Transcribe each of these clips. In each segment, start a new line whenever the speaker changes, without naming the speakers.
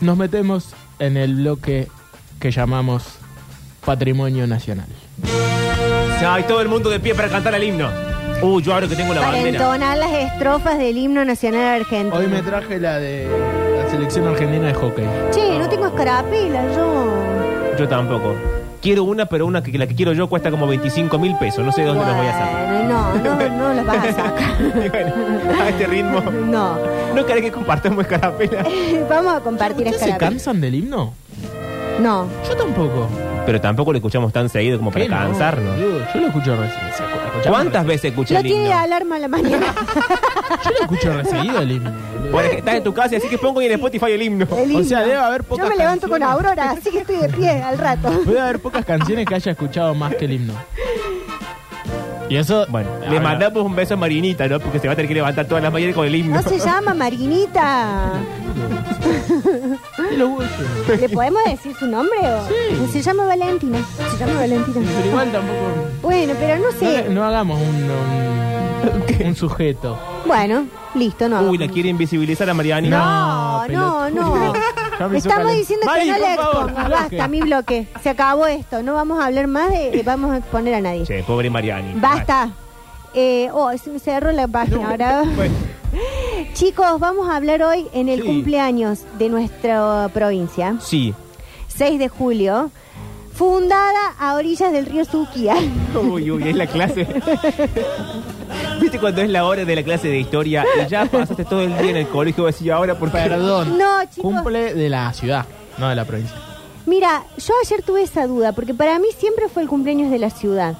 Nos metemos en el bloque que llamamos Patrimonio Nacional.
Ay, todo el mundo de pie para cantar el himno. Uh, yo ahora que tengo la
Para
bandera.
entonar las estrofas del himno nacional argentino.
Hoy me traje la de la selección argentina de hockey.
Che, no tengo escarapelas yo.
Yo tampoco. Quiero una, pero una que la que quiero yo cuesta como 25 mil pesos. No sé dónde las voy a sacar.
Bueno, No, no, no las vas a
Y
sacar.
bueno, a este ritmo.
No.
¿No querés que compartamos escarapela?
Vamos a compartir
¿Ustedes se
escarapelas.
cansan del himno?
No.
Yo tampoco.
Pero tampoco lo escuchamos tan seguido como para
¿Qué no?
cansarnos.
Boludo, Yo lo escucho recién. se acu- escuchamos
¿Cuántas veces escuché
Lo
el
tiene
himno?
de alarma a la mañana.
re- Yo lo escucho recibido el himno. boludo.
Bueno, es que estás en tu casa, así que pongo ahí en Spotify el himno.
El
O sea,
himno.
debe haber pocas
Yo me levanto con
canciones.
Aurora, así que estoy de pie al rato.
Puede haber pocas canciones que haya escuchado más que el himno. Y eso.
Bueno, le
ahora-
mandamos un beso a Marinita, ¿no? Porque se va a tener que levantar todas las mañanas con el himno.
No se llama Marinita.
Y los huesos.
¿Le podemos decir su nombre? O?
Sí.
Se llama Valentina. Se llama Valentina.
Pero igual tampoco.
Bueno, pero no
No,
sé.
le- no hagamos un, un, un sujeto.
Bueno, listo, no.
Uy, la quiere invisibilizar a Marianita.
No,
Ah,
No,
no, no.
Ya me hizo
Estamos
calent-
diciendo
Mari,
que no
por
le
favor,
expongas.
bloque.
Basta, mi bloque. Se acabó esto. No vamos a hablar más de. de vamos a exponer a nadie.
Che, pobre Mariani.
Basta. Eh, oh, se me cerró la página ahora.
Bueno,
Chicos, vamos a hablar hoy en el
Sí.
cumpleaños de nuestra provincia.
sí.
6 de julio. Fundada a orillas del río Suquía.
Uy, uy, es la clase. ¿Viste cuando es la hora de la clase de historia y ya pasaste todo el día en el colegio vacío ahora por
Perdón.
No, chicos.
Cumple de la ciudad, no de la provincia.
Mira, yo ayer tuve esa duda, porque para mí siempre fue el cumpleaños de la ciudad.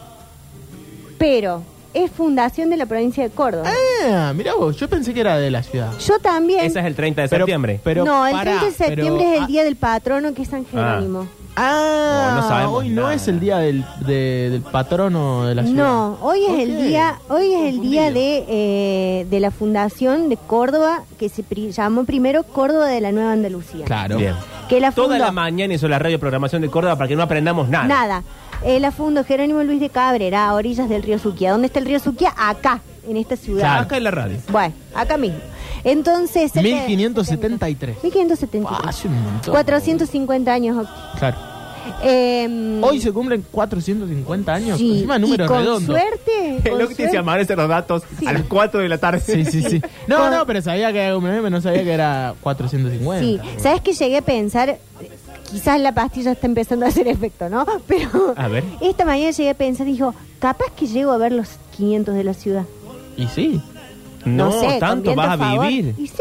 Pero es fundación de la provincia de
¡Eh!
Córdoba.
Ah, mirá vos, yo pensé que era de la ciudad.
Yo también.
Esa es el 30 de septiembre.
pero
no, el
pará,
30 de septiembre
pero-
es el día del patrono, que es San Jerónimo.
Ah,
No, no sabemos
hoy no
nada.
es el día del, de- del patrono de la ciudad.
no, hoy es el
Ok.
día, hoy es el día
Confundido.
de, eh, de la fundación de Córdoba, que se pri- llamó primero Córdoba de la Nueva Andalucía.
Claro.
Bien.
Que la fundó,
Toda la mañana hizo la radio programación de Córdoba para que no aprendamos nada.
nada. Eh, la fundó Jerónimo Luis de Cabrera, a orillas del río Suquía. ¿Dónde está el río Suquía? Acá, en esta ciudad.
Claro. Acá en la radio.
Bueno, acá mismo. Entonces. cerca de-
1573.
1573.
Ah, hace un montón.
450 años.
Claro.
Eh,
Hoy se cumplen 450 años.
sí,
Encima número
y con
redondo.
Suerte, con
Lo que te
suerte-
decía, amanece los datos a las 4 de la tarde.
Sí, sí, sí. No,
Con-
no, pero sabía que era un meme, no sabía que era 450.
Sí, sabes que llegué a pensar, eh, quizás la pastilla está empezando a hacer efecto, ¿no? Pero
A ver.
esta mañana llegué a pensar, dijo, capaz que llego a ver los 500 de la ciudad.
Y sí.
No,
sé, con
tanto
viento
vas a
favor.
vivir.
Y sí,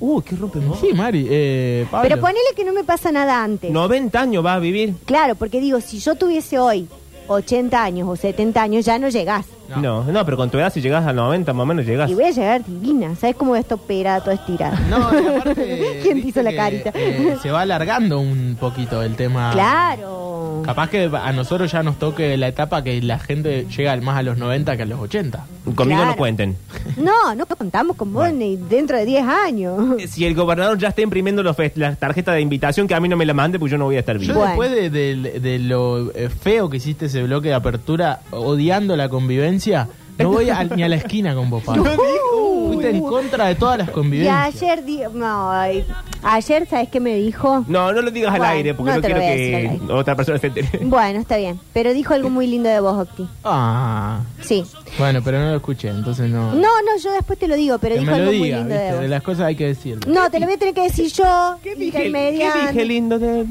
Uh, qué rompe
Sí, Mari. Eh, Pablo.
pero ponele que no me pasa nada antes.
90 años vas a vivir.
Claro, porque digo, si yo tuviese hoy 80 años o 70 años, ya no llegás.
No.
No. no, pero con tu edad, si llegas al 90, más o menos llegas.
Y voy a llegar divina. ¿Sabes cómo está operada, toda estirada?
No, y aparte,
¿Quién te
viste
hizo la
que,
carita?
eh, se va alargando un poquito el tema.
Claro.
Capaz que a nosotros ya nos toque la etapa que la gente llega más a los 90 que a los 80.
Conmigo
Claro.
no cuenten.
No, no contamos con vos ni dentro de 10 años.
Eh, Si el gobernador ya está imprimiendo los fest- las tarjetas de invitación, que a mí no me la mande, pues yo no voy a estar
Yo
vivo.
Bueno.
después de, de- de lo eh, feo que hiciste ese bloque de apertura, odiando la convivencia, no voy a- ni a la esquina con vos, Pablo. Fuiste en contra de todas las
Y
convivencias.
ayer, di- no, ay, ayer, ¿sabes qué me dijo?
No, no lo digas
Bueno,
al aire, porque
no
no,
te lo
quiero
voy a decir
que
al aire.
otra persona se entere.
Bueno, está bien. Pero dijo algo muy lindo de vos, Octi.
Ah,
Sí.
bueno, pero no lo escuché, entonces no.
No, no, yo después te lo digo, pero
que
dijo
me lo
algo muy
diga,
lindo
¿viste?
de
de
vos.
las cosas hay que decirlo.
No, te lo voy a tener que decir yo,
¿Qué dije, ¿Qué
intermediando.
dije lindo de él?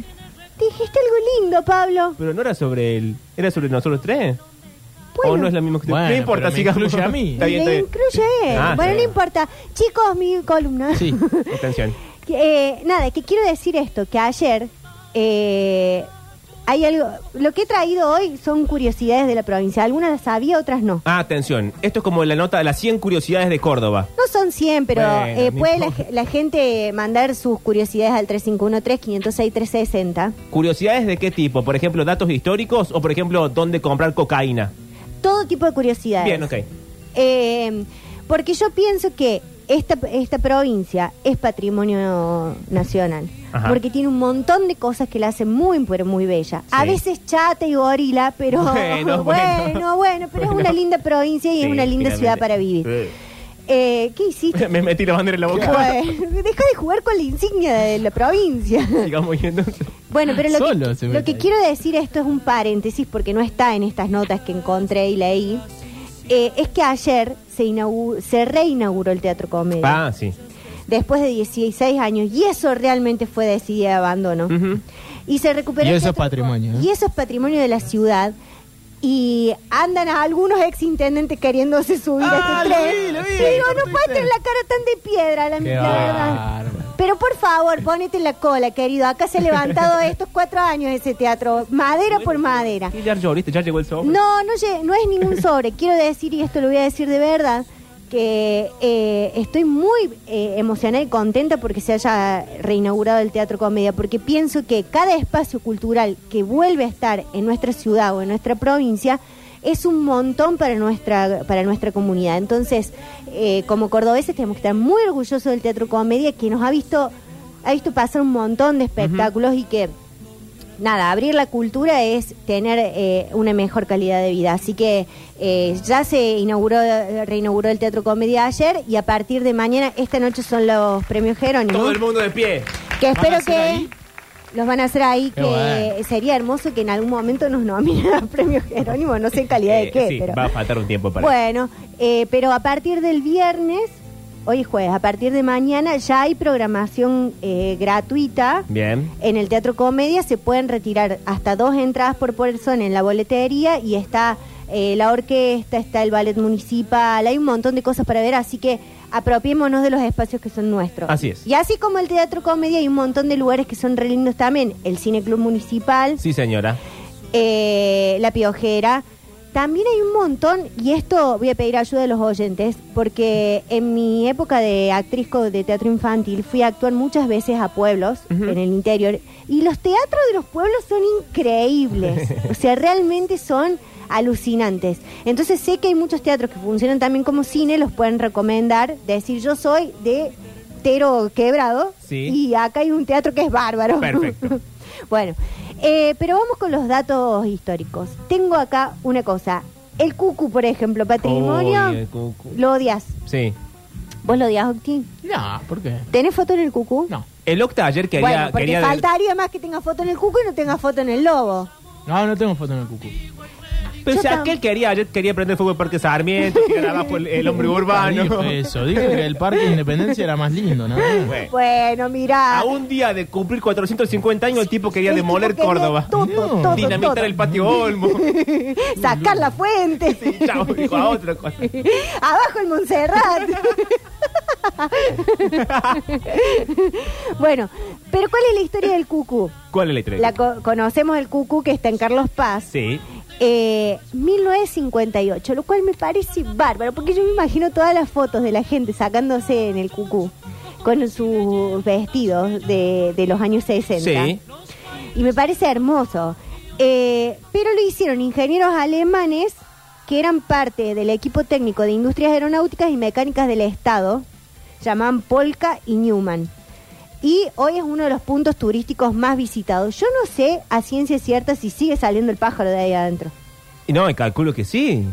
Dijiste algo lindo, Pablo.
Pero no era sobre él, era sobre nosotros tres.
Bueno.
o no es la misma que tú.
Bueno,
no importa,
pero me
sigamos.
incluye a mí.
Está bien, está
Le
bien.
incluye a él.
Ah,
bueno,
sí.
no importa. Chicos, mi columna.
Sí.
Atención.
Eh, nada, que quiero decir esto, que ayer eh, hay algo, lo que he traído hoy son curiosidades de la provincia, algunas las sabía, otras no.
Ah, atención. Esto es como la nota de las 100 curiosidades de Córdoba.
No son 100, pero
Bueno,
eh,
no
puede la,
importa.
la gente mandar sus curiosidades al 3513-506-360.
¿Curiosidades de qué tipo? Por ejemplo, datos históricos o, por ejemplo, dónde comprar cocaína.
Todo tipo de curiosidades.
Bien, ok.
Eh, porque yo pienso que esta, esta provincia es patrimonio nacional.
Ajá.
Porque tiene un montón de cosas que la hacen muy, pero muy bella. A
Sí.
veces chata y gorila, pero
Bueno,
bueno,
bueno.
bueno, pero es
Bueno.
una linda provincia y es
Sí,
una linda
finalmente.
ciudad para vivir.
Sí.
Eh, ¿Qué hiciste?
Me metí la bandera en la boca.
Bueno, Deja de jugar con la insignia de la provincia.
Sigamos yendo.
Bueno, pero lo,
Solo
que,
se
lo
mete
que
ahí.
quiero decir, esto es un paréntesis porque no está en estas notas que encontré y leí, eh, es que ayer se, inaugu- se reinauguró el Teatro Comedia.
Ah, sí.
Después de 16 años, y eso realmente fue decidida de abandono.
Ujú.
Y se recuperó.
Mm. Y
el
eso es
Teatro
patrimonio,
Com-
¿eh?
Y eso es patrimonio de la ciudad. Y andan a algunos exintendentes queriéndose subir
Ah,
a este
lo
tren.
vi, lo vi,
Digo,
lo
no puedes
tuviste.
tener la cara tan de piedra, la,
Qué
la verdad.
bárbaro.
Pero por favor, ponete la cola, querido. Acá se ha levantado estos cuatro años ese teatro, madera por madera.
Y ya lloriste, ya llegó el sobre.
No, no, lle- no es ningún sobre. Quiero decir, y esto lo voy a decir de verdad, que eh, estoy muy eh, emocionada y contenta porque se haya reinaugurado el Teatro Comedia, porque pienso que cada espacio cultural que vuelve a estar en nuestra ciudad o en nuestra provincia es un montón para nuestra para nuestra comunidad. Entonces, eh, como cordobeses tenemos que estar muy orgullosos del Teatro Comedia, que nos ha visto ha visto pasar un montón de espectáculos y que nada, abrir la cultura es tener eh, una mejor calidad de vida. Así que eh, ya se inauguró, reinauguró el Teatro Comedia ayer y a partir de mañana, esta noche son los premios Jerónimo.
Todo el mundo de pie.
Que
¿Van a
espero
hacer
que
ahí?
los van a hacer ahí,
Qué
que
bueno.
sería hermoso que en algún momento nos nominen a premios Jerónimo, no sé en calidad de
Eh,
qué,
sí,
pero...
va a faltar un tiempo para
Bueno, eh, pero a partir del viernes, hoy es jueves, a partir de mañana ya hay programación eh, gratuita.
Bien.
En el Teatro Comedia se pueden retirar hasta dos entradas por persona en la boletería y está eh, la orquesta, está el ballet municipal, hay un montón de cosas para ver, así que apropiémonos de los espacios que son nuestros.
Así es.
Y así como el Teatro Comedia hay un montón de lugares que son re lindos también, el Cine Club Municipal,
Sí, señora.
eh, La Piojera. También hay un montón, y esto voy a pedir ayuda de los oyentes, porque en mi época de actriz co- de teatro infantil fui a actuar muchas veces a pueblos
Ujú.
en el interior, y los teatros de los pueblos son increíbles, o sea, realmente son alucinantes. Entonces sé que hay muchos teatros que funcionan también como cine, los pueden recomendar, decir yo soy de Tero Quebrado,
Sí.
y acá hay un teatro que es bárbaro.
Perfecto.
Bueno, eh, pero vamos con los datos históricos. Tengo acá una cosa. El cucu, por ejemplo, patrimonio,
Uy, el cucu.
lo odias.
Sí.
¿Vos lo odias, Octi?
No, ¿por qué?
¿Tenés foto en el cucu?
No.
El Octa ayer quería.
bueno, porque
quería
faltaría más que tenga foto en el cucu y no tenga foto en el lobo.
No, no tengo foto en el cucu.
Pero
Yo
si
tam-
aquel quería, ayer quería prender fuego el Parque Sarmiento, tirar abajo el, el hombre urbano.
Dijo Eso, dije que el parque de Independencia era más lindo, ¿no?
Bueno,
Bueno, mirá.
A un día de cumplir 450 años, el tipo Ah, quería
El tipo
demoler
quería
Córdoba.
Todo,
No.
todo,
Dinamitar
todo.
el patio Olmo.
Sacar la fuente.
Sí, chao, dijo a otra cosa.
Abajo el Montserrat. bueno, pero ¿cuál es la historia del cucu?
¿Cuál es la historia?
La co- conocemos el cucu que está en Carlos Paz.
Sí.
Eh, 1958, lo cual me parece bárbaro, porque yo me imagino todas las fotos de la gente sacándose en el cucú con sus vestidos de, de los años 60.
Sí.
Y me parece hermoso. Eh, pero lo hicieron ingenieros alemanes que eran parte del equipo técnico de Industrias Aeronáuticas y Mecánicas del Estado, llamaban Polka y Newman. Y hoy es uno de los puntos turísticos más visitados. Yo no sé a ciencia cierta si sigue saliendo el pájaro de ahí adentro.
Y no, calculo que sí.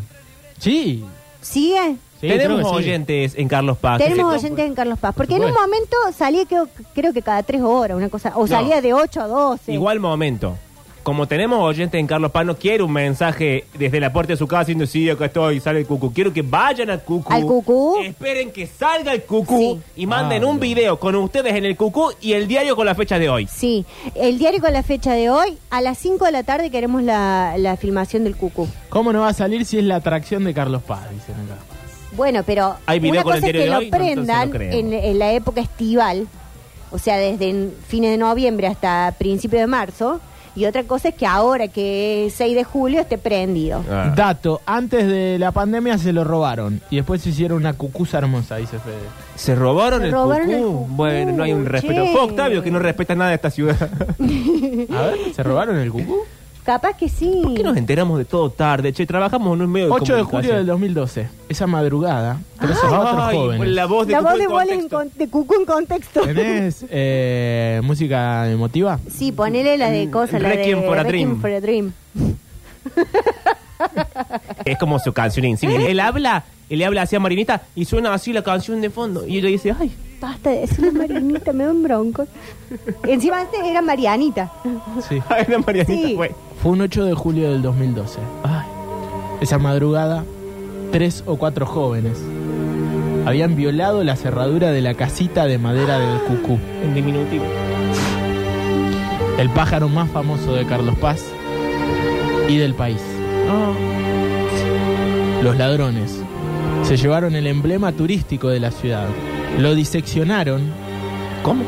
Sí.
¿Sigue?
sí
Tenemos
creo que sí.
oyentes en Carlos Paz. que
Tenemos
se-
oyentes en Carlos Paz. Porque en un
supuesto.
momento salía, creo, creo que cada tres horas, una cosa. O salía de 8 a 12.
Igual momento. Como tenemos oyentes en Carlos Paz, no quiero un mensaje desde la puerta de su casa diciendo, sí, acá estoy, sale el cucu. Quiero que vayan al cucu.
¿Al cucú?
Esperen que salga el cucu y manden
Claro.
un video con ustedes en el cucu y el diario con la fecha de hoy.
Sí, el diario con la fecha de hoy, a las 5 de la tarde queremos la, la filmación del cucú.
¿Cómo no va a salir si es la atracción de Carlos Paz? Dicen acá.
Bueno, pero
Hay video
una
con
cosa
el
es que
diario
lo
de hoy, no, entonces no
prendan
creo.
en, en la época estival, o sea, desde en- fines de noviembre hasta principios de marzo, y otra cosa es que ahora que es 6 de julio esté prendido.
Ah.
Ah. Dato, antes de la pandemia se lo robaron y después se hicieron una cucuza hermosa, dice Fede.
¿Se robaron,
Se
el,
robaron
cucú?
el cucú,
Bueno, no hay un respeto.
che.
Fue Octavio que no respeta nada de esta ciudad.
A ver, ¿se robaron el cucú?
Capaz que sí.
¿Por qué nos enteramos de todo tarde? Che, trabajamos en un medio de
8 de julio
comunicación.
del 2012, esa madrugada, gracias a otros
Ah, Ay,
jóvenes.
La voz de
la
cucú en
voz de, Bola en
contexto.
con- de cucú en contexto.
¿Tenés eh, música emotiva?
Sí, ponele la de cosas, la de
Requiem for a Dream.
Requiem for a Dream.
Es como su canción insignia. Él habla, y le habla así a Marinita y suena así la canción de fondo. Y ella dice, ay,
Basta de decirle Marianita, me dan broncos. Encima antes era Marianita.
Sí.
ay, la Marianita
Sí.
fue.
Fue un 8 de julio del 2012.
Ay,
Esa madrugada, tres o cuatro jóvenes habían violado la cerradura de la casita de madera del Cucú.
en diminutivo.
el pájaro más famoso de Carlos Paz y del país.
Ah.
Los ladrones se llevaron el emblema turístico de la ciudad, lo diseccionaron
¿Cómo?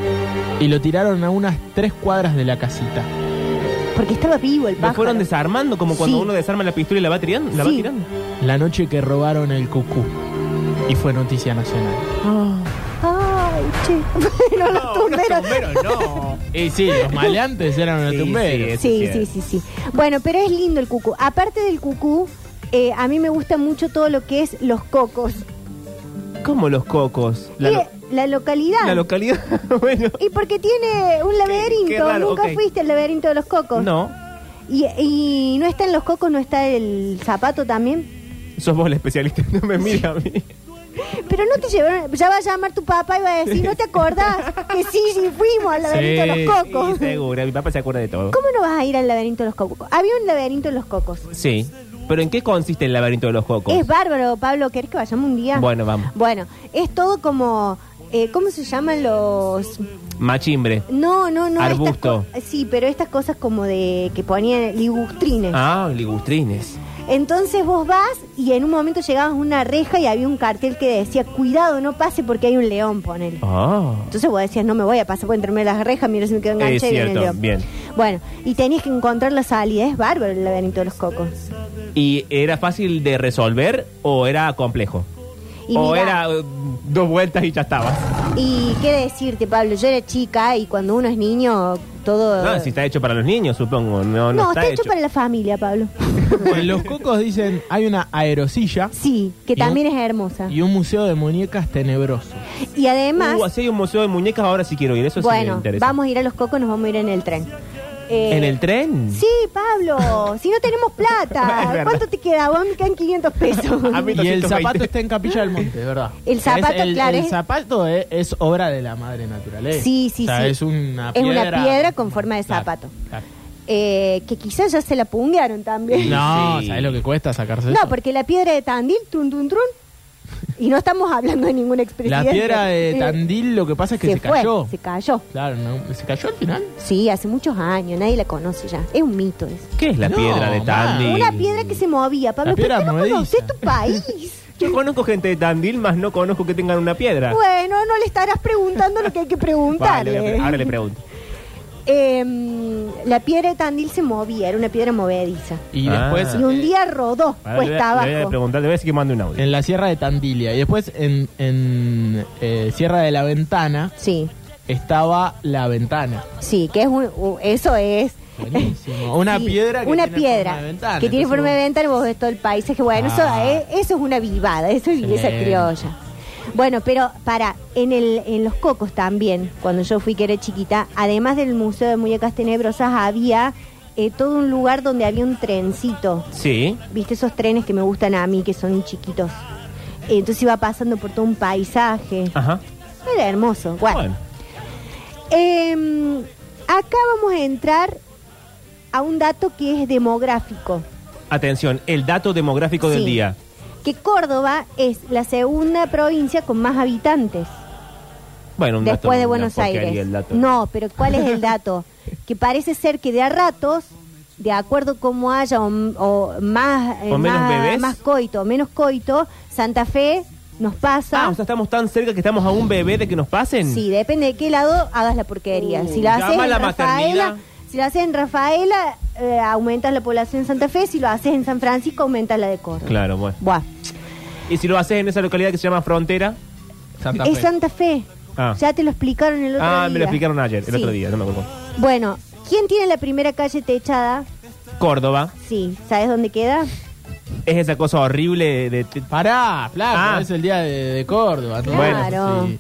y lo tiraron a unas tres cuadras de la casita.
Porque estaba vivo el
Lo
pájaro.
fueron desarmando, como cuando
Sí.
uno desarma la pistola y la va tirando. La va
Sí.
tirando.
La noche que robaron el cucú y fue noticia nacional.
Ah. Ay, che. No, los
No, unos
tumberos.
tumberos, no.
Y sí, los maleantes eran los
Sí,
tumberos.
Eso
Sí,
es
sí, sí, sí. Bueno, pero es lindo el cucú. Aparte del cucú, eh, a mí me gusta mucho todo lo que es los cocos.
¿Cómo los cocos? La,
Eh,
lo-
la localidad.
la localidad. bueno.
y porque tiene un laberinto.
raro,
Nunca
ok.
fuiste al laberinto de los cocos.
No.
Y, y no está en los cocos, no está el zapato también.
Sos vos la especialista, no me mira a mí.
Pero no te llevaron. Ya va a llamar tu papá y va a decir, ¿no te acordás? que sí, sí, fuimos al laberinto de los cocos.
Sí, segura, mi papá se acuerda de todo.
¿Cómo no vas a ir al laberinto de los cocos? Había un laberinto de los cocos.
Sí. ¿Pero en qué consiste el laberinto de los cocos?
Es bárbaro, Pablo. ¿Querés que vayamos un día?
Bueno, vamos.
Bueno, es todo como. eh, ¿Cómo se llaman los.?
Machimbre.
No, no, no. estas
Arbusto.
co- sí, pero estas cosas como de. que ponían ligustrines.
Ah, ligustrines.
Entonces vos vas y en un momento llegabas a una reja y había un cartel que decía: cuidado, no pase porque hay un león, ponele.
Ah.
Entonces vos decías, no me voy a pasar por entre medio de las rejas, mira si me quedo enganchada
Es
y viene el
cierto,
león.
bien.
Bueno, y tenías que encontrar la salida. Es bárbaro el laberinto de los cocos.
¿Y era fácil de resolver o era complejo?
Y
o
mirá,
era eh, dos vueltas y ya estabas.
Y qué decirte, Pablo, yo era chica y cuando uno es niño, todo...
No, si está hecho para los niños, supongo. No, no,
Eh. No, está, hecho para la familia, Pablo.
En los cocos dicen hay una aerosilla
Sí, que
Y
también
un-
es hermosa.
y un museo de muñecas tenebroso.
Y además,
Uh, así hay un museo de muñecas, ahora sí quiero ir. Eso sí me
bueno,
interesa.
vamos a ir a los cocos, nos vamos a ir en el tren. Eh,
¿En el tren?
Sí, Pablo, si no tenemos
Es
plata,
verdad.
¿cuánto te queda? Vos me quedan 500 pesos.
A mí
Y el
1920.
zapato está en Capilla del Monte, es verdad.
El zapato,
Es- el,
claro,
El
es-
zapato es, es obra de la madre naturaleza.
Sí, sí,
O sea,
sí.
Es una
Es una
piedra.
piedra con forma de
Claro,
zapato.
claro.
Eh, que quizás ya se la punguearon también.
No,
Sí.
¿sabes lo que cuesta sacarse
No,
eso?
porque la piedra de Tandil, trun, trun, trun. Y no estamos hablando de ningún
La
expresidente.
piedra de
Eh,
Tandil lo que pasa es que se,
fue,
cayó.
Se cayó.
Claro, no, se cayó al final.
Sí, hace muchos años, nadie la conoce ya. Es un mito eso.
¿Qué es la
No,
piedra de
ma.
Tandil?
Una piedra que se movía, Pablo.
La
¿Por
piedra
qué no
movediza.
conoces tu país?
Yo conozco gente de Tandil, más no conozco que tengan una piedra.
bueno, no le estarás preguntando lo que hay que
Vale,
preguntarle.
ahora pre- ahora le pregunto.
Em, la piedra de Tandil se movía, era una piedra movediza.
Y
Ah.
después.
Y un día rodó,
Ahora le voy
cuesta
a- le voy a
Pues abajo.
preguntar, le voy a decir que mande un audio.
En la Sierra de Tandilia. Y después en, en, eh, Sierra de la Ventana
Sí,
estaba la ventana.
sí, que es un, u- eso es.
Buenísimo. Una
Sí,
piedra que
una
tiene
piedra
forma de ventana.
que tiene
Entonces
forma
vos-
de ventana vos ves todo el paisaje bueno
Ah.
eso, es, eso es una vivada eso es belleza
Excelente.
criolla bueno pero para en el en los cocos también cuando yo fui que era chiquita además del museo de muñecas tenebrosas había eh, todo un lugar donde había un trencito
Sí.
viste esos trenes que me gustan a mí que son chiquitos Eh, entonces iba pasando por todo un paisaje
Ajá.
era hermoso bueno.
Bueno.
Em, acá vamos a entrar a un dato que es demográfico.
Atención, el dato demográfico del
Sí.
día.
Que Córdoba es la segunda provincia con más habitantes
Bueno, un dato,
después de
una
Buenos
porquería
Aires.
el dato.
No, pero ¿cuál es el dato? que parece ser que de a ratos, de acuerdo como haya o, m- o más, eh,
¿O menos
más,
bebés?
más coito, menos coito, Santa Fe nos pasa.
Ah, o sea, estamos tan cerca que estamos a un bebé de que nos pasen.
Sí, depende de qué lado hagas la porquería.
Uh,
si la haces
llama
en
la
Rafaela,
maternidad.
si la haces en Rafaela, eh, aumentas la población en Santa Fe, si lo haces en San Francisco, aumentas la de Córdoba.
Claro, bueno.
Buah.
Y si lo haces en esa localidad que se llama Frontera,
Santa
Es
Fe.
Santa Fe.
Ah.
Ya te lo explicaron el otro día.
ah, me lo explicaron ayer, el
Sí.
otro día, no me acuerdo.
Bueno, ¿quién tiene la primera calle techada?
Córdoba,
Sí, ¿sabes dónde queda?
es esa cosa horrible de... de-
Pará, flaco,
Ah.
es el día de, de Córdoba. ¿no?
Claro.
Sí.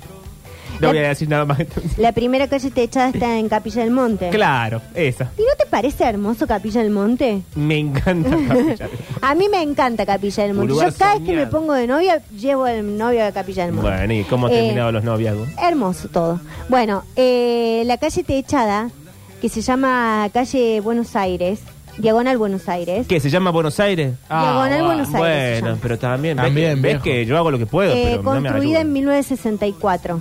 No voy a decir nada más. entonces.
La primera calle techada está en Capilla del Monte.
Claro, esa.
¿Y no te parece hermoso Capilla del Monte?
Me encanta. Capilla.
A mí me encanta Capilla del
Un
Monte. Yo
lugar
cada vez que me
soñado.
pongo de novia, llevo el novio a Capilla del Monte.
bueno, ¿y cómo han
Eh,
terminado los noviazgos?
Hermoso todo. Bueno, eh, la calle techada, que se llama calle Buenos Aires, diagonal Buenos Aires.
¿Qué? ¿Se llama Buenos Aires?
Diagonal
va.
Buenos Aires se
Bueno,
llama.
pero también. ves
También,
que- ves,
viejo.
que yo hago lo que puedo,
Eh,
pero no me
construida
ayuda.
en 1964.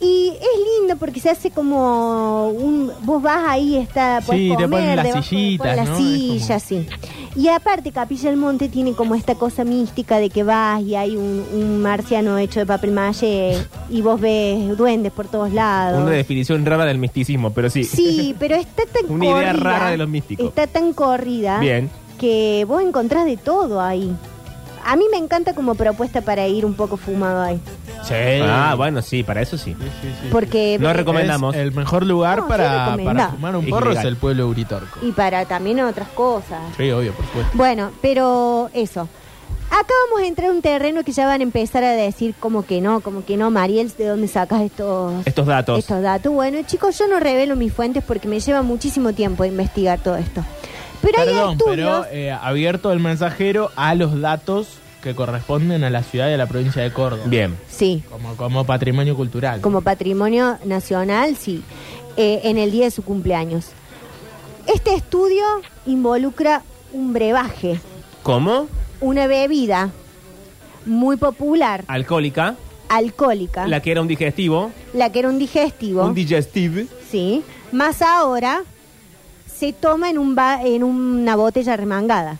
Y es lindo porque se hace como un... Vos vas ahí, está, podés
Sí, te
comer,
ponen las
debajo-
sillitas,
ponen las
¿no? Es
sillas, sí. Y aparte Capilla del Monte tiene como esta cosa mística de que vas y hay un, un marciano hecho de papel maché y vos ves duendes por todos lados.
Una definición rara del misticismo, pero sí.
Sí, pero está tan
Una idea
corrida,
rara de los místicos.
Está tan corrida
Bien.
que vos encontrás de todo ahí. A mí me encanta como propuesta para ir un poco fumado ahí.
Sí.
Ah, bueno, sí, para eso sí.
Porque
No recomendamos.
Es el mejor lugar
No, sí
para,
recomendá.
para fumar un
Es
porro es
ilegal.
el pueblo Uritorco.
y para también otras cosas.
Sí, obvio, por supuesto.
Bueno, pero eso. Acá vamos a entrar a un terreno que ya van a empezar a decir como que no, como que no, Mariel, ¿de dónde sacas estos,
Estos datos.
estos datos? Bueno, chicos, yo no revelo mis fuentes porque me lleva muchísimo tiempo investigar todo esto. Pero hay
Perdón,
estudios...
pero eh, abierto el mensajero a los datos que corresponden a la ciudad y a la provincia de Córdoba.
Bien.
Sí,
Como, como patrimonio cultural.
como patrimonio nacional, sí, eh, en el día de su cumpleaños. Este estudio involucra un brebaje,
¿Cómo?
una bebida muy popular,
Alcohólica.
alcohólica,
La
la,
que era un digestivo.
que era un digestivo,
Un digestive.
sí, más ahora se toma en, un ba- en una botella remangada.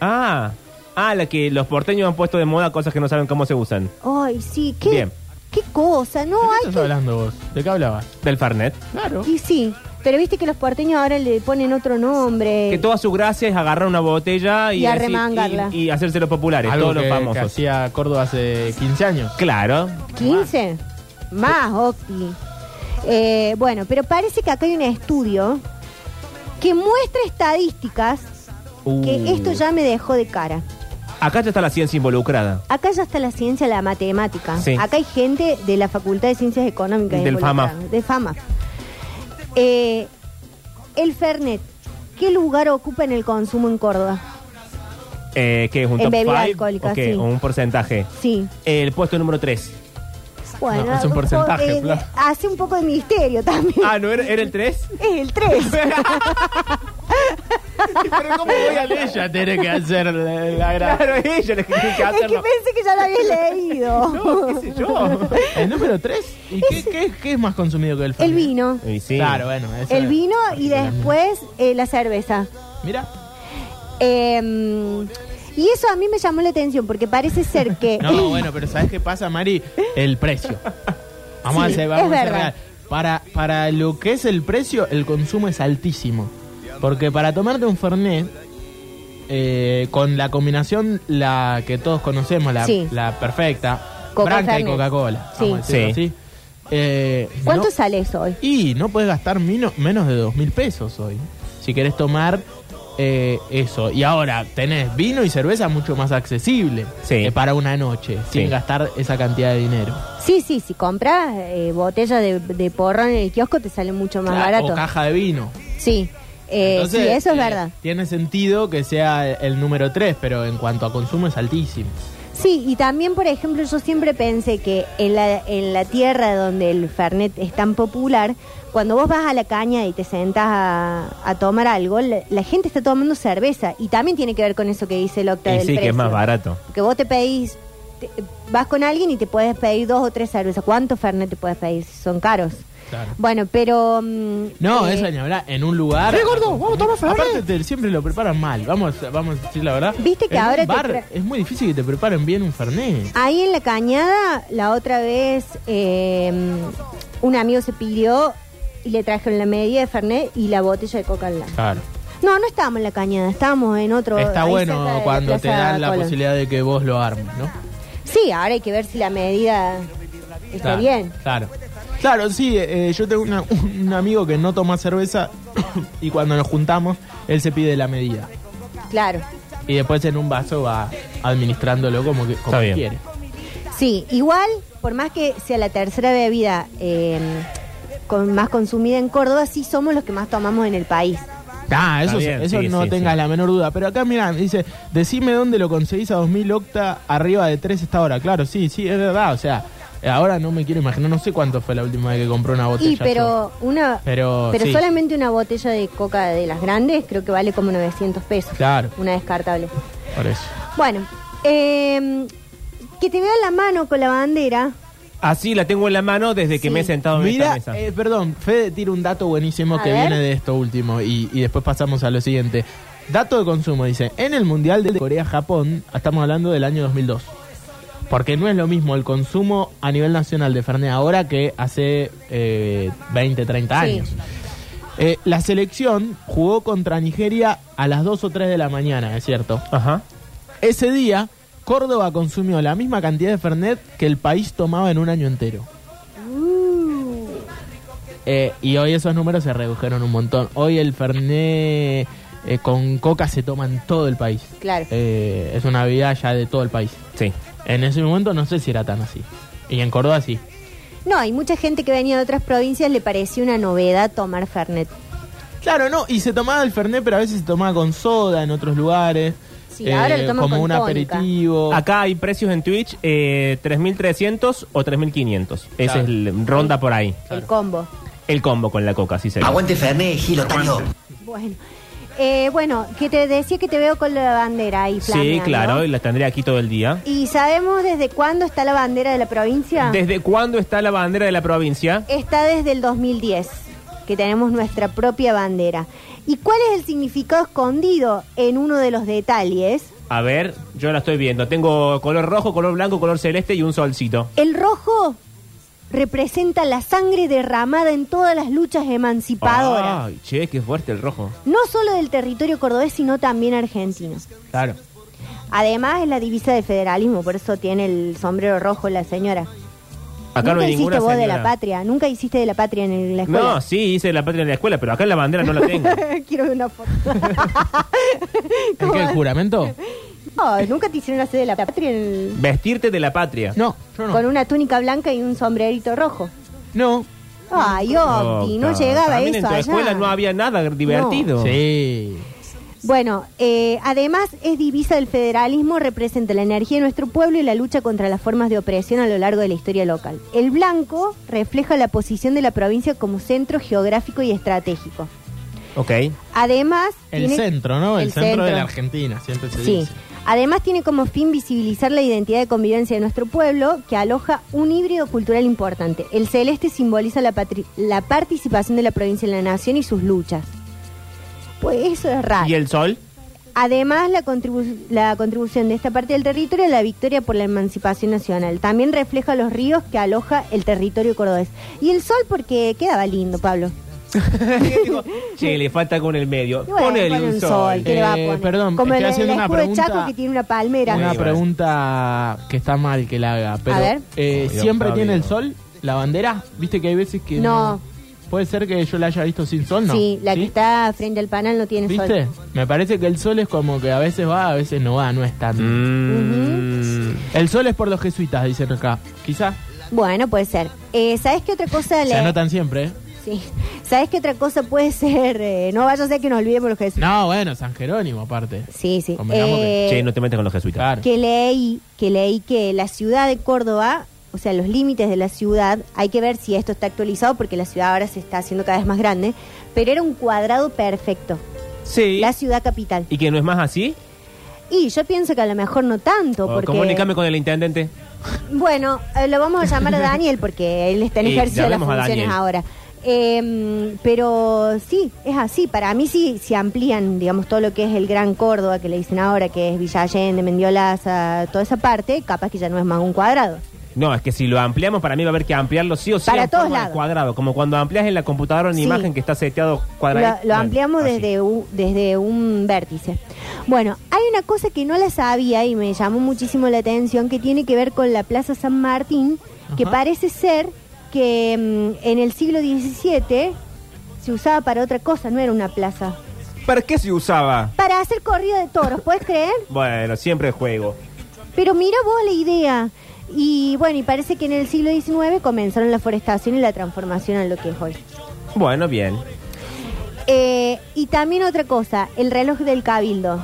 Ah. Ah, la que los porteños han puesto de moda cosas que no saben cómo se usan.
Ay, sí, qué,
Bien.
qué cosa, no
¿De qué
hay
estás
que...
hablando vos? ¿De qué hablabas?
Del Farnet.
Claro.
Y sí, pero viste que los porteños ahora le ponen otro nombre.
Que toda su gracia es agarrar una botella y,
Y
decir-
arremangarla.
Y, y hacerse los populares,
Algo
todos los
que, que
famosos.
hacía Córdoba hace 15 años.
Claro.
15 más, Octi. Eh, bueno, pero parece que acá hay un estudio que muestra estadísticas que
Uh.
esto ya me dejó de cara.
Acá ya está la ciencia involucrada.
Acá ya está la ciencia, la matemática.
Sí.
Acá hay gente de la Facultad de Ciencias Económicas.
Del
involucrada,
FAMAF.
De fama. Eh, el Fernet, ¿qué lugar ocupa en el consumo en Córdoba?
Eh, ¿Qué es un
En
top
bebida
five?
alcohólica,
¿O qué?
sí.
¿O un porcentaje?
Sí.
El puesto número 3.
Bueno,
No, es un
po-
porcentaje,
eh,
claro.
hace un poco de misterio también.
Ah, ¿no era, era el 3?
Es el 3.
Pero ¿cómo voy a leer? Ella tiene que hacer eh, la, la gra-
Claro, ella le tiene que
Es que
hacerlo.
pensé que ya lo habías leído.
No, qué sé yo.
¿El número 3? ¿Y qué, qué- qué es más consumido que el
El
Fernet?
vino.
Y sí.
Claro, bueno. eso
El
Eh, es
vino y
particularmente.
después eh, la cerveza.
Mira.
Eh, y eso a mí me llamó la atención porque parece ser que...
No, bueno, pero ¿sabes qué pasa, Mari? El precio. Vamos
Sí,
a ser, vamos
es
a ser
verdad.
real. Para, para lo que es el precio, el consumo es altísimo. Porque para tomarte un Fernet, eh, con la combinación la que todos conocemos, la,
Sí.
la perfecta,
Coca
Branca y
Fernet.
Coca-Cola.
Sí.
vamos a decirlo
Sí.
así, eh,
¿Cuánto
no-
sale eso hoy?
y no puedes gastar mino- menos de dos mil pesos hoy. Si querés tomar eh, eso. Y ahora tenés vino y cerveza mucho más accesible
Sí.
eh, para una noche, sin
Sí.
gastar esa cantidad de dinero.
Sí, sí, si compras eh, botella de, de porro en el kiosco te sale mucho más
Claro, O
barato.
caja de vino.
Sí, eh,
Entonces,
sí, eso es
eh,
verdad.
Tiene sentido que sea el número 3, pero en cuanto a consumo es altísimo.
Sí, y también, por ejemplo, yo siempre pensé que en la, en la tierra donde el Fernet es tan popular, cuando vos vas a la caña y te sentás a, a tomar algo, la, la gente está tomando cerveza. Y también tiene que ver con eso que dice el Octa
Y
del
sí, que es
precio.
más barato.
Porque vos te pedís, te- vas con alguien y te puedes pedir dos o tres cervezas. ¿Cuántos Fernet te puedes pedir? Si Son caros.
Claro.
Bueno, pero... mm,
No,
eh,
eso ni hablar en un lugar. eh, gordo! ¡Vamos a tomar Aparte, te- siempre lo preparan mal. Vamos, vamos a decir la verdad.
Viste que
En un
ahora te
bar
pre-
es muy difícil que te preparen bien un Fernet.
Ahí en la cañada, la otra vez, eh, un amigo se pidió y le trajeron la medida de Fernet y la botella de coca Blanca.
Claro.
No, no estábamos en la cañada, estábamos en otro...
Está
ahí cerca de
bueno
la
cuando te
Plaza
dan la
Colón.
posibilidad de que vos lo armes, ¿no?
Sí, ahora hay que ver si la medida está
Claro,
bien.
Claro. Claro, sí, eh, yo tengo una- un amigo que no toma cerveza y cuando nos juntamos, él se pide la medida.
Claro.
Y después en un vaso va administrándolo como, que, como
Está bien.
quiere.
Sí, igual, por más que sea la tercera bebida eh, con, más consumida en Córdoba, sí somos los que más tomamos en el país.
Ah, eso,
Está bien,
eso
sí,
no
sí,
tengas
sí.
la menor duda. Pero acá, mirá, dice, decime dónde lo conseguís a 2000 octa arriba de 3 esta hora. Claro, sí, sí, es verdad. O sea, eh, ahora no me quiero imaginar, no sé cuánto fue la última vez que compré una botella.
Y pero una,
Pero, sí.
solamente una botella de coca de las grandes creo que vale como 900 pesos.
Claro.
Una descartable.
yo, por eso.
Bueno, eh, que te vea la mano con la bandera.
Así la tengo en la mano desde que
Sí.
me he sentado en
Mira,
esta mesa.
eh, perdón, Fede tira un dato buenísimo
A
que
ver.
viene de esto último y, y después pasamos a lo siguiente. Dato de consumo, dice, en el Mundial de Corea-Japón, estamos hablando del año 2002. Porque no es lo mismo el consumo a nivel nacional de Fernet ahora que hace eh, 20, 30
Sí.
años. Eh, la selección jugó contra Nigeria a las 2 o 3 de la mañana, es cierto.
Ajá.
Ese día, Córdoba consumió la misma cantidad de Fernet que el país tomaba en un año entero.
Uh.
Eh, y hoy esos números se redujeron un montón. Hoy el Fernet eh, con coca se toma en todo el país.
Claro.
Eh, es una vida ya de todo el país.
Sí.
En ese momento no sé si era tan así. Y en Córdoba sí.
No, hay mucha gente que venía de otras provincias le pareció una novedad tomar Fernet.
Claro, no, y se tomaba el Fernet, pero a veces se tomaba con soda en otros lugares. eh,
Sí, ahora lo toman
como
con
un
tónica.
aperitivo.
Acá hay precios en Twitch eh, 3.300 o 3.500. Esa
Claro.
es el- ronda por ahí.
El combo.
El combo con la coca, sí se
Aguante Ferné, Gil Otario.
Bueno. Eh, bueno, que te decía que te veo con la bandera ahí
Sí,
flameando.
claro, y la tendré aquí todo el día.
¿Y sabemos desde cuándo está la bandera de la provincia?
¿Desde cuándo está la bandera de la provincia?
Está desde el 2010, que tenemos nuestra propia bandera. ¿Y cuál es el significado escondido en uno de los detalles?
A ver, yo la estoy viendo. Tengo color rojo, color blanco, color celeste y un solcito.
El rojo representa la sangre derramada en todas las luchas emancipadoras,
Ay, che, qué fuerte el rojo.
no solo del territorio cordobés, sino también argentino.
Claro.
Además es la divisa del federalismo, por eso tiene el sombrero rojo la señora.
Acá no
Nunca
hay
hiciste
ninguna
vos de la
señora.
patria, nunca hiciste de la patria en la escuela.
No, sí, hice la patria en la escuela, pero acá en la bandera no la tengo.
Quiero ver una foto.
¿El
¿Cómo
qué, el
va?
juramento?
No, nunca te hicieron hacer de la patria en el-
Vestirte de la patria.
No, yo no.
con una túnica blanca y un sombrerito rojo.
No.
Ay, Opti, no
Oca.
llegaba
Oh, También
eso
en tu
allá.
escuela no había nada divertido.
Sí.
Bueno, eh, además es divisa del federalismo, representa la energía de nuestro pueblo y la lucha contra las formas de opresión a lo largo de la historia local. El blanco refleja la posición de la provincia como centro geográfico y estratégico.
Ok.
Además,
El
tiene-
centro, ¿no? El,
el
centro, de
centro.
la Argentina, siempre se
Sí.
dice.
Además tiene como fin visibilizar la identidad de convivencia de nuestro pueblo, que aloja un híbrido cultural importante. El celeste simboliza la, patri- la participación de la provincia en la nación y sus luchas. Pues eso es raro.
¿Y el sol?
Además, la, contribu- la contribución de esta parte del territorio a la victoria por la emancipación nacional. También refleja los ríos que aloja el territorio cordobés. Y el sol porque quedaba lindo, Pablo.
Digo, che, le falta con el medio.
Y bueno,
Ponele
pone
un sol.
¿qué le va a
Eh,
poner?
perdón,
Como
estoy
el,
haciendo
el
una
escudo de
pregunta-
Chaco que tiene una palmera.
Una
Muy mal.
pregunta que está mal que la haga, pero
A ver.
eh,
Ay,
¿siempre
Octavio.
tiene el sol la bandera? ¿Viste que hay veces que
No.
Puede ser que yo la haya visto sin sol, ¿no?
Sí, la que está frente al panel no tiene
¿Viste?
sol.
Me parece que el sol es como que a veces va, a veces no va, no es tan.
Mm.
El sol es por los jesuitas, dicen acá. Quizá.
Bueno, puede ser. Eh, ¿Sabes qué otra cosa
Se
le.?
anotan siempre, ¿eh?
Sí. ¿Sabes qué otra cosa puede ser? Eh, no vaya a ser que nos olvidemos los Jesús.
No, bueno, San Jerónimo, aparte.
Sí, sí.
Convengamos que-
Eh,
Che, no te metas con los jesuitas.
Claro.
que leí que leí que la ciudad de Córdoba, o sea, los límites de la ciudad, hay que ver si esto está actualizado porque la ciudad ahora se está haciendo cada vez más grande, pero era un cuadrado perfecto,
Sí.
la ciudad capital.
¿Y que no es más así?
Y yo pienso que a lo mejor no tanto,
O
porque
Comunícame con el intendente.
bueno, eh, lo vamos a llamar a Daniel porque él está en
Y
ejercicio de las
llamemos a
funciones
Daniel.
ahora. Eh, pero sí, es así. Para mí sí, si amplían, digamos, todo lo que es el Gran Córdoba, que le dicen ahora, que es Villa Allende, Mendiolaza, toda esa parte, capaz que ya no es más un cuadrado.
No, es que si lo ampliamos, para mí va a haber que ampliarlo sí o sí
Para
en
todos
forma de
lados.
cuadrado. Como cuando amplias en la computadora una
Sí.
imagen que está seteado
Lo,
cuadrado.
lo ampliamos desde un, desde un vértice. Bueno, hay una cosa que no la sabía y me llamó muchísimo la atención que tiene que ver con la Plaza San Martín, que
Ajá.
parece ser que mm, en el siglo XVII se usaba para otra cosa, no era una plaza.
¿Para qué se usaba?
Para hacer corrida de toros, ¿puedes creer?
Bueno, siempre juego.
Pero mira vos la idea. Y bueno, y parece que en el siglo XIX comenzaron la forestación y la transformación a lo que es hoy.
Bueno, bien.
Eh, y también otra cosa, el reloj del cabildo.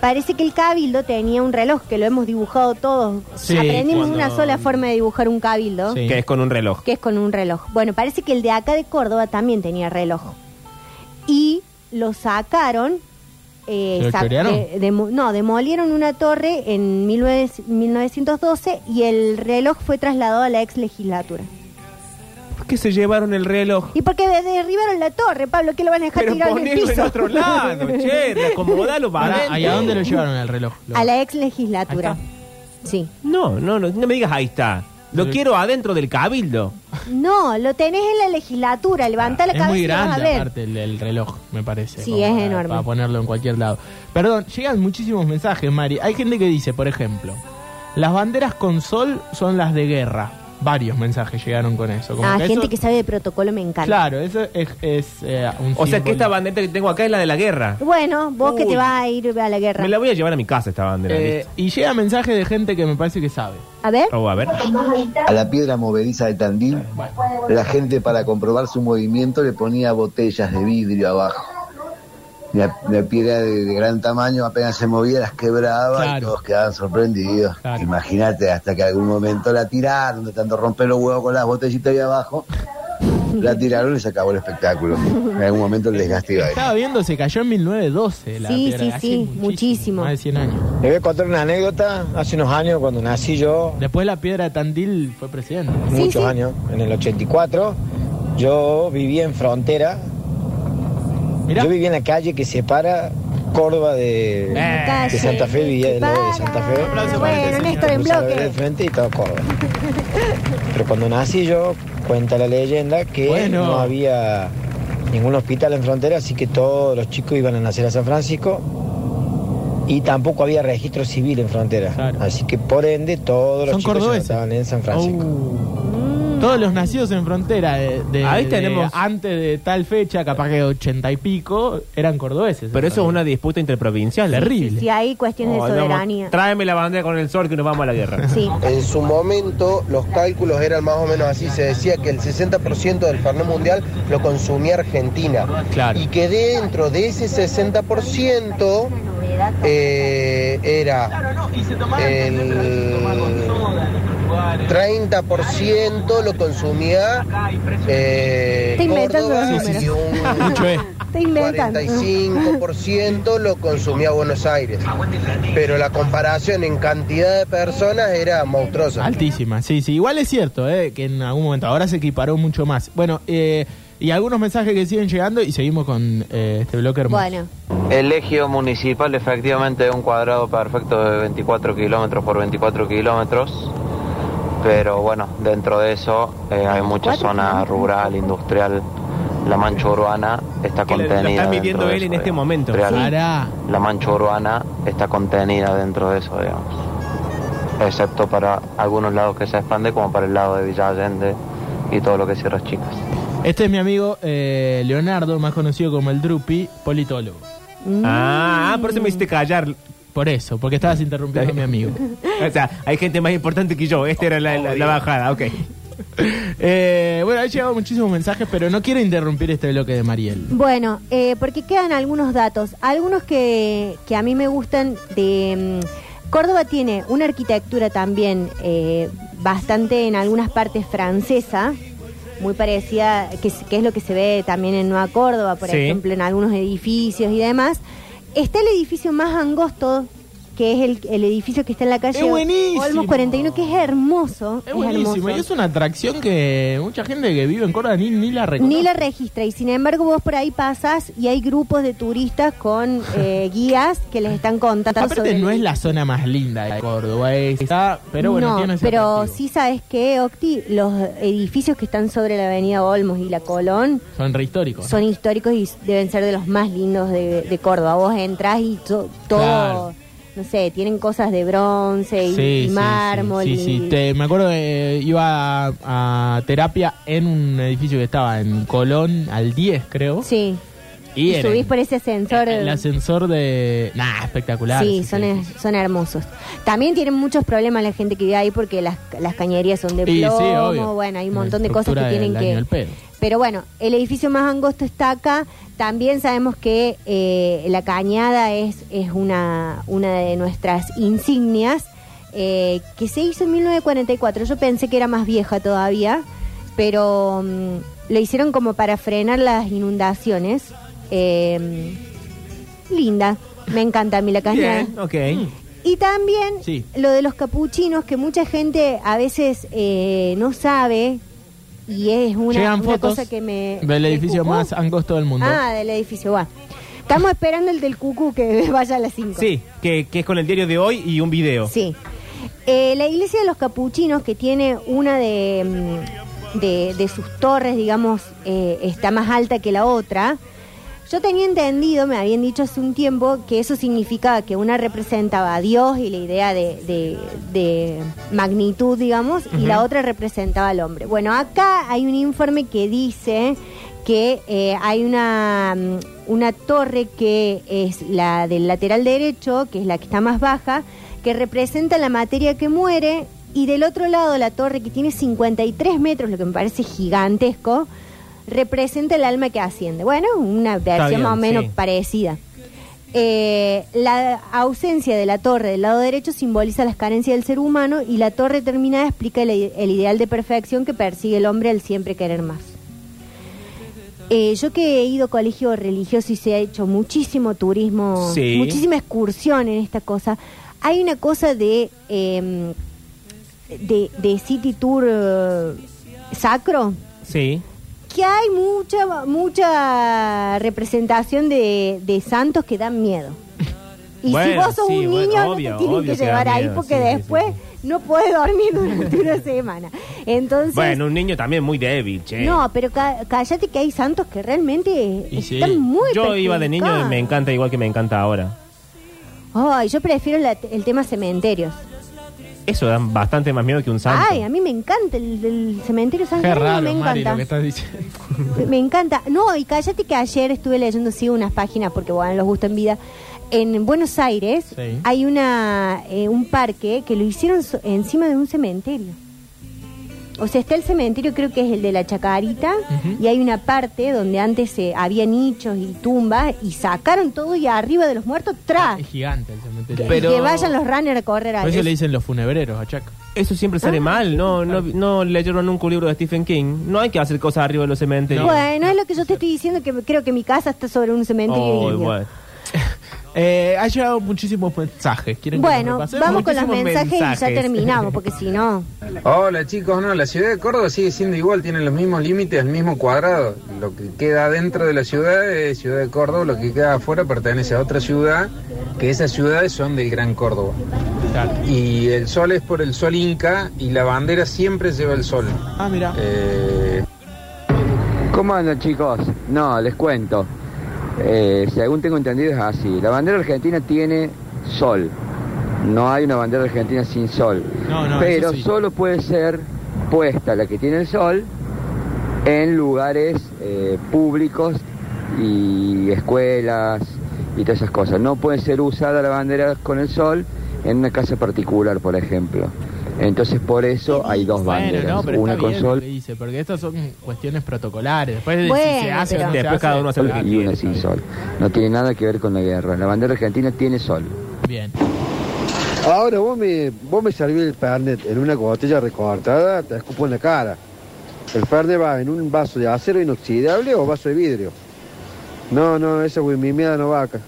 Parece que el cabildo tenía un reloj, que lo hemos dibujado todos.
Sí,
Aprendimos
cuando-
una sola forma de dibujar un cabildo,
Sí.
Que es con un reloj.
que es con un reloj. Bueno, parece que el de acá de Córdoba también tenía reloj. Y lo sacaron... eh,
¿Se lo
sac-
chorearon?
eh, demo- no, demolieron una torre en 19 1912 y el reloj fue trasladado a la ex legislatura.
¿Por qué se llevaron el reloj?
¿Y por qué de- derribaron la torre, Pablo? ¿Qué lo van a dejar
Pero
tirado en el
ponelo
piso?
en otro lado, che, acomodalo para
Pará, ¿y a dónde lo llevaron el reloj?
A la ex legislatura.
Ahí
Sí.
No, no, no, no me digas ahí está. Lo
Sí.
quiero adentro del cabildo.
No, lo tenés en la legislatura, levantá la
es
cabeza
muy
y lo vas a
grande
ver.
aparte el, el reloj, me parece.
Sí,
como
es
para-
enorme.
Para ponerlo en cualquier lado. Perdón, llegan muchísimos mensajes, Mari. Hay gente que dice, por ejemplo, las banderas con sol son las de guerra. Varios mensajes llegaron con eso. como
Ah, gente
eso-
que sabe de protocolo me encanta.
Claro, eso es, es, eh, un
O sea que esta
símbolo.
bandera que tengo acá es la de la guerra.
Bueno, vos que
Uy.
te vas a ir a la guerra.
Me la voy a llevar a mi casa esta bandera.
Eh, y llega mensaje de gente que me parece que sabe.
A ver.
listo. Oh, a ver.
A la piedra movediza de Tandil, la gente para comprobar su movimiento le ponía botellas de vidrio abajo. La, la piedra de, de gran tamaño apenas se movía, las quebraba y
Claro.
todos quedaban sorprendidos.
Claro.
Imagínate, hasta que algún momento la tiraron, de tanto romper los huevos con las botellitas ahí abajo, la tiraron y se acabó el espectáculo. En algún momento el desgaste iba a ir.
Estaba viendo, se cayó en 1912 la
Sí,
piedra,
sí,
hace
sí, muchísimo.
Más de 100 años.
Le voy a contar una anécdota. Hace unos años, cuando nací yo,
Después la piedra de Tandil fue presidente.
Sí,
muchos
sí.
años, en el 84, yo vivía en frontera.
Mirá,
Yo vivía en la calle que separa Córdoba de,
Eh,
de
Calle,
Santa Fe, Villa
que
del Lobo de
para.
Santa Fe.
aplauso para este
Bueno,
señor.
Néstor en
Cruzaba la vereda
bloque.
de frente y todo Córdoba. Pero cuando nací yo, cuenta la leyenda que
Bueno.
no había ningún hospital en frontera, así que todos los chicos iban a nacer a San Francisco y tampoco había registro civil en frontera.
Claro.
Así que por ende todos los
son
chicos se
cordobeses. Oh.
nataban en San Francisco.
Uh. Todos los nacidos en frontera de, de-
Ahí
de-
tenemos-
antes de tal fecha, capaz que ochenta y pico, eran cordobeses.
Pero eso es una
Entonces,
disputa interprovincial.
terrible.
Si hay cuestiones
Oh,
de
vamos,
soberanía.
tráeme la bandera con el sol que nos vamos a la guerra.
Sí.
En su momento los cálculos eran más o menos así, se decía que el 60% del Fernet Mundial lo consumía Argentina.
Claro.
Y que dentro de ese 60% eh, era el 30% lo consumía eh,
Te inventas
Córdoba
los números.
y un
Mucho, eh.
Te inventan.
45% lo consumía Buenos Aires. Pero la comparación en cantidad de personas era monstruosa.
Altísima, sí, sí. Igual es cierto, eh, que en algún momento ahora se equiparó mucho más. Bueno, eh, y algunos mensajes que siguen llegando y seguimos con eh, este bloque hermoso.
Bueno,
El ejido municipal efectivamente es un cuadrado perfecto de 24 kilómetros por 24 kilómetros, pero bueno, dentro de eso eh, hay mucha
¿Cuatro
zona
kilómetros?
rural, industrial, la mancha urbana está
Que lo- lo
contenida.
está
dentro
midiendo
de
él
eso,
en este
digamos.
momento.
Real.
Pará.
La mancha urbana está contenida dentro de eso, digamos. Excepto para algunos lados que se expande, como para el lado de Villa Allende y todo lo que cierra chicas.
Este es mi amigo eh, Leonardo, más conocido como el Drupi, politólogo.
Mm.
Ah, por eso me hiciste callar.
Por eso, porque estabas interrumpiendo a mi amigo.
O sea, hay gente más importante que yo. Esta era la, la- la bajada, ok.
Eh, bueno, han llegado muchísimos mensajes, pero no quiero interrumpir este bloque de Mariel.
bueno eh, porque quedan algunos datos. Algunos que, que a mí me gustan de... mm, Córdoba tiene una arquitectura también eh, bastante en algunas partes francesa, muy parecida, que, es- que es lo que se ve también en Nueva Córdoba, por
Sí.
ejemplo, en algunos edificios y demás. Está el edificio más angosto, que es el, el edificio que está en la calle
¡Es buenísimo!
Olmos 41, que es hermoso.
Es buenísimo, y
hermoso.
es una atracción que mucha gente que vive en Córdoba ni, ni la reconoce.
Ni la registra y sin embargo vos por ahí pasas y hay grupos de turistas con eh, guías que les están contando.
Aparte
sobre
no
el-
es la zona más linda de Córdoba, está, pero bueno,
no,
tiene ese
pero
atractivo.
sí sabes que Octi, los edificios que están sobre la avenida Olmos y la Colón
son rehistóricos.
son históricos y deben ser de los más lindos de, de Córdoba. Vos entras y to- todo,
Claro.
no sé, tienen cosas de bronce y, y mármol.
Sí, sí,
y-
Te- me acuerdo que iba a, a terapia en un edificio que estaba en Colón al 10, creo.
Sí.
Y
Y
era-
subís por ese ascensor.
El ascensor de. Nah, espectacular.
Sí,
ese
son,
edificio.
son hermosos. También tienen muchos problemas la gente que vive ahí porque las, las cañerías son de
Y sí,
plomo,
obvio.
bueno, hay un
La
montón de cosas que
estructura
tienen
del daño
que...
al pelo.
Pero bueno, el edificio más angosto está acá. También sabemos que eh, la cañada es, es una, una de nuestras insignias eh, que se hizo en 1944. Yo pensé que era más vieja todavía, pero mm, lo hicieron como para frenar las inundaciones. Eh, linda, me encanta a mí la cañada.
Bien, ok.
Mm. Y también
Sí.
lo de los capuchinos, que mucha gente a veces eh, no sabe y es una,
Llegan
una
fotos
cosa que me...
del
me
edificio
cucú.
más angosto del mundo.
Ah, del edificio, va. Estamos esperando el del cucú que vaya a las 5.
Sí, que, que es con el diario de hoy y un video.
Sí. Eh, la iglesia de los capuchinos, que tiene una de, mm, de, de sus torres, digamos, eh, está más alta que la otra. Yo tenía entendido, me habían dicho hace un tiempo, que eso significaba que una representaba a Dios y la idea de, de- de magnitud, digamos, y la otra representaba al hombre. Bueno, acá hay un informe que dice que eh, hay una, mm, una torre que es la del lateral derecho, que es la que está más baja, que representa la materia que muere, y del otro lado la torre que tiene 53 metros, lo que me parece gigantesco, representa el alma que asciende. Bueno, una versión
bien,
más o menos
sí.
parecida. Eh, la ausencia de la torre del lado derecho simboliza las carencias del ser humano y la torre terminada explica el, el ideal de perfección que persigue el hombre al siempre querer más. Eh, yo que he ido a colegio religioso y se ha hecho muchísimo turismo,
Sí.
muchísima excursión en esta cosa, hay una cosa de, em, de, de City Tour eh, sacro
Sí.
que hay mucha mucha representación de, de santos que dan miedo. Y si
Bueno,
vos sos
sí,
un
bueno,
niño,
obvio,
no te
obvio
tienen
que
que
da
llevar ahí
miedo,
porque
sí, sí,
después no puedes dormir durante una semana. Entonces,
Bueno, un niño también muy débil, che.
no, pero ca- cállate que hay santos que realmente
Y sí.
están muy
Yo iba de niño y
perjudicados.
me encanta igual que me encanta ahora.
Ay, yo prefiero la- el tema cementerios.
Eso da bastante más miedo que un santo.
Ay, a mí me encanta el, el cementerio San
Qué
Jerónimo, me
raro,
encanta.
Mari, lo que estás diciendo.
Me encanta. No, y cállate que ayer estuve leyendo sí unas páginas porque bueno, los gusta en vida. En Buenos Aires
Sí.
hay una eh, un parque que lo hicieron so- encima de un cementerio. O sea, está el cementerio, creo que es el de la Chacarita, y hay una parte donde antes eh, había nichos y tumbas y sacaron todo y arriba de los muertos tra
Es gigante el cementerio.
Pero-
Ah. que vayan los runners a correr
Por
ahí.
eso le dicen los funebreros a Chaco.
Eso siempre sale mal. No, no, no leyeron nunca un libro de Stephen King. No hay que hacer cosas arriba de los cementerios.
Bueno, es lo que yo te estoy diciendo que creo que mi casa está sobre un cementerio.
Oh,
divino.
bueno.
Eh, ha llegado muchísimos mensajes. ¿Quieren que los
Bueno,
repasemos?
vamos con los
Muchísimos
mensajes, y ya terminamos, porque si no.
Hola chicos, no, la ciudad de Córdoba sigue siendo igual, tienen los mismos límites, el mismo cuadrado. Lo que queda dentro de la ciudad es Ciudad de Córdoba, lo que queda afuera pertenece a otra ciudad, que esas ciudades son del Gran Córdoba. Y el sol es por el sol inca y la bandera siempre lleva el sol.
Ah, mira.
Eh,
¿Cómo andan chicos? No, les cuento. Eh, según tengo entendido es así. La bandera argentina tiene sol. No hay una bandera argentina sin sol.
No, no,
Pero
eso sí.
solo puede ser puesta la que tiene el sol en lugares eh, públicos y escuelas y todas esas cosas. No puede ser usada la bandera con el sol en una casa particular, por ejemplo. Entonces por eso hay dos
Bueno,
banderas,
no, pero
una
está
con
bien
sol
lo que dice, porque estas son cuestiones protocolares. Después de
Bueno,
si se hace
pero-
o no se
Después cada uno hace lo que
y una sin sol. No tiene nada que ver con la guerra. La bandera argentina tiene sol.
Bien.
Ahora vos me, vos me servís el Fernet en una botella recortada, te escupo en la cara. El Fernet va en un vaso de acero inoxidable o vaso de vidrio. No, no, esa mierda no va acá.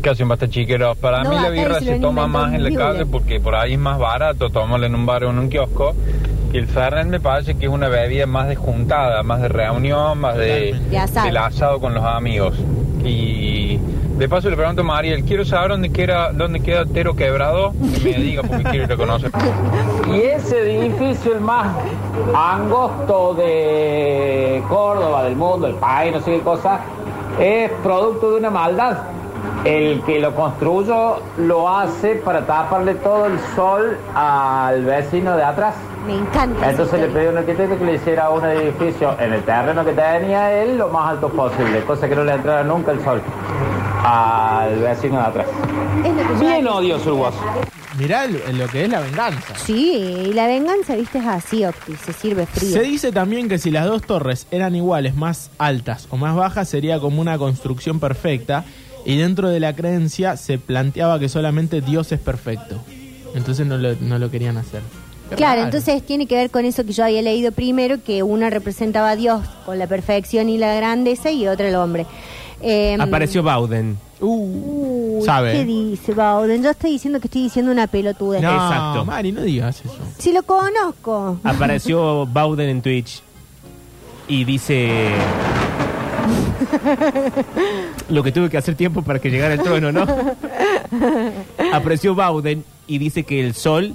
¿Qué hacen basta chiqueros? Para
No,
mí la
acá
birra
se lo
se
han
toma
inventado
más en la
horrible.
calle porque por ahí es más barato tomarla en un bar o en un kiosco. Y el Fernet me parece que es una bebida más de juntada, más de reunión, más de,
De asado.
del asado con los amigos. Y de paso le pregunto a Mariel, quiero saber dónde queda, dónde queda Tero Quebrado, que me diga porque quiero ir a conocer.
Y ese edificio, el más angosto de Córdoba, del mundo, el país, no sé qué cosa, es producto de una maldad. El que lo construyó lo hace para taparle todo el sol al vecino de atrás.
Me encanta.
Entonces le pedí a un arquitecto que le hiciera un edificio en el terreno que tenía él lo más alto posible, cosa que no le entrara nunca el sol al vecino de atrás. Bien odioso el guaso.
Mirá lo, lo que es la venganza.
Sí, y la venganza, viste, es así, Octi, se sirve frío.
Se dice también que si las dos torres eran iguales, más altas o más bajas, sería como una construcción perfecta. Y dentro de la creencia se planteaba que solamente Dios es perfecto. Entonces no lo, no lo querían hacer. Qué
Claro,
raro.
entonces tiene que ver con eso que yo había leído primero, que una representaba a Dios con la perfección y la grandeza y otra el hombre. Em,
Apareció Bauden.
uy,
sabe.
¿Qué dice Bauden? Yo estoy diciendo que estoy diciendo una pelotuda.
No,
Exacto.
Mari, no digas eso.
Si lo conozco.
Apareció Bauden en Twitch y dice lo que tuve que hacer tiempo para que llegara el trueno, ¿no? Apareció Bauden y dice que el sol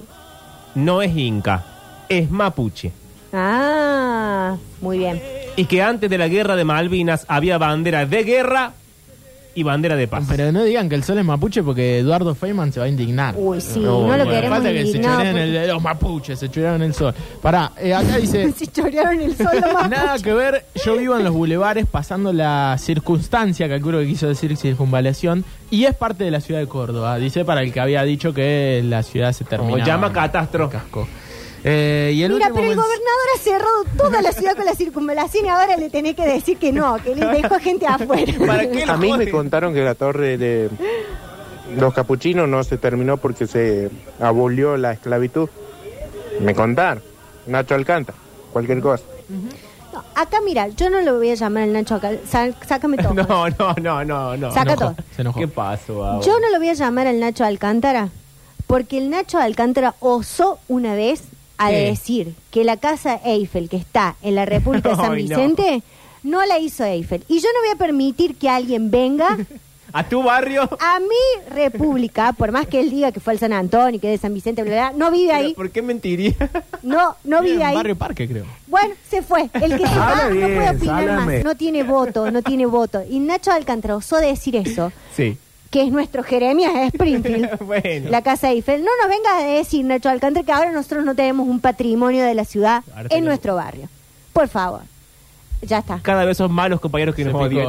no es inca, es mapuche.
Ah, muy bien.
Y que antes de la guerra de Malvinas había bandera de guerra y bandera de paz.
Pero no digan que el sol es mapuche porque Eduardo Feynman se va a indignar.
Uy, sí,
No,
no,
bueno,
lo queremos
Pasa que se
indignado
chorean
porque-
el- los mapuches, se chorearon el sol. Pará, eh, acá dice...
Si chorearon el sol lo más.
Nada que ver, yo vivo en los bulevares pasando la circunstancia, calculo que quiso decir circunvalación, y es parte de la ciudad de Córdoba, dice para el que había dicho que la ciudad se
O
terminaba.
llama catastro.
Casco. Eh, y el
Mira,
último
pero el
mens-
gobernador ha cerrado toda la ciudad con la circunvalación y ahora le tenés que decir que no, que le dejó gente afuera.
¿Para qué lo
A mí me
jode?
contaron que la torre de los capuchinos no se terminó porque se abolió la esclavitud. Me contaron. Nacho Alcántara, cualquier cosa.
No, acá, mira, yo no lo voy a llamar al Nacho acá. Sa- sácame todo.
No, no, no, no, no.
Saca todo.
Se enojó.
¿Qué pasó? Bauden?
Yo no lo voy a llamar al Nacho Alcántara porque el Nacho Alcántara osó una vez a
¿Qué?
decir que la casa Eiffel que está en la República de San
Ay, no.
Vicente no. la hizo Eiffel. Y yo no voy a permitir que alguien venga
A tu barrio.
a mi república, por más que él diga que fue al San Antonio, que es de San Vicente, bla, bla, bla, no vive ahí.
¿Por qué mentiría?
No, no
Vive
vive
en
ahí.
Barrio Parque, creo.
Bueno, se fue. El que se va
Habla
no
bien,
puede opinar
sálame.
más. No tiene voto, no tiene voto. Y Nacho Alcántara osó decir eso,
Sí.
que es nuestro Jeremías de Springfield.
bueno.
La Casa Eiffel. No nos vengas a decir, Nacho Alcántara, que ahora nosotros no tenemos un patrimonio de la ciudad
Ahora
en
tenemos.
nuestro barrio. Por favor. Ya está.
Cada vez son malos compañeros que
Se
nos
picó, eh.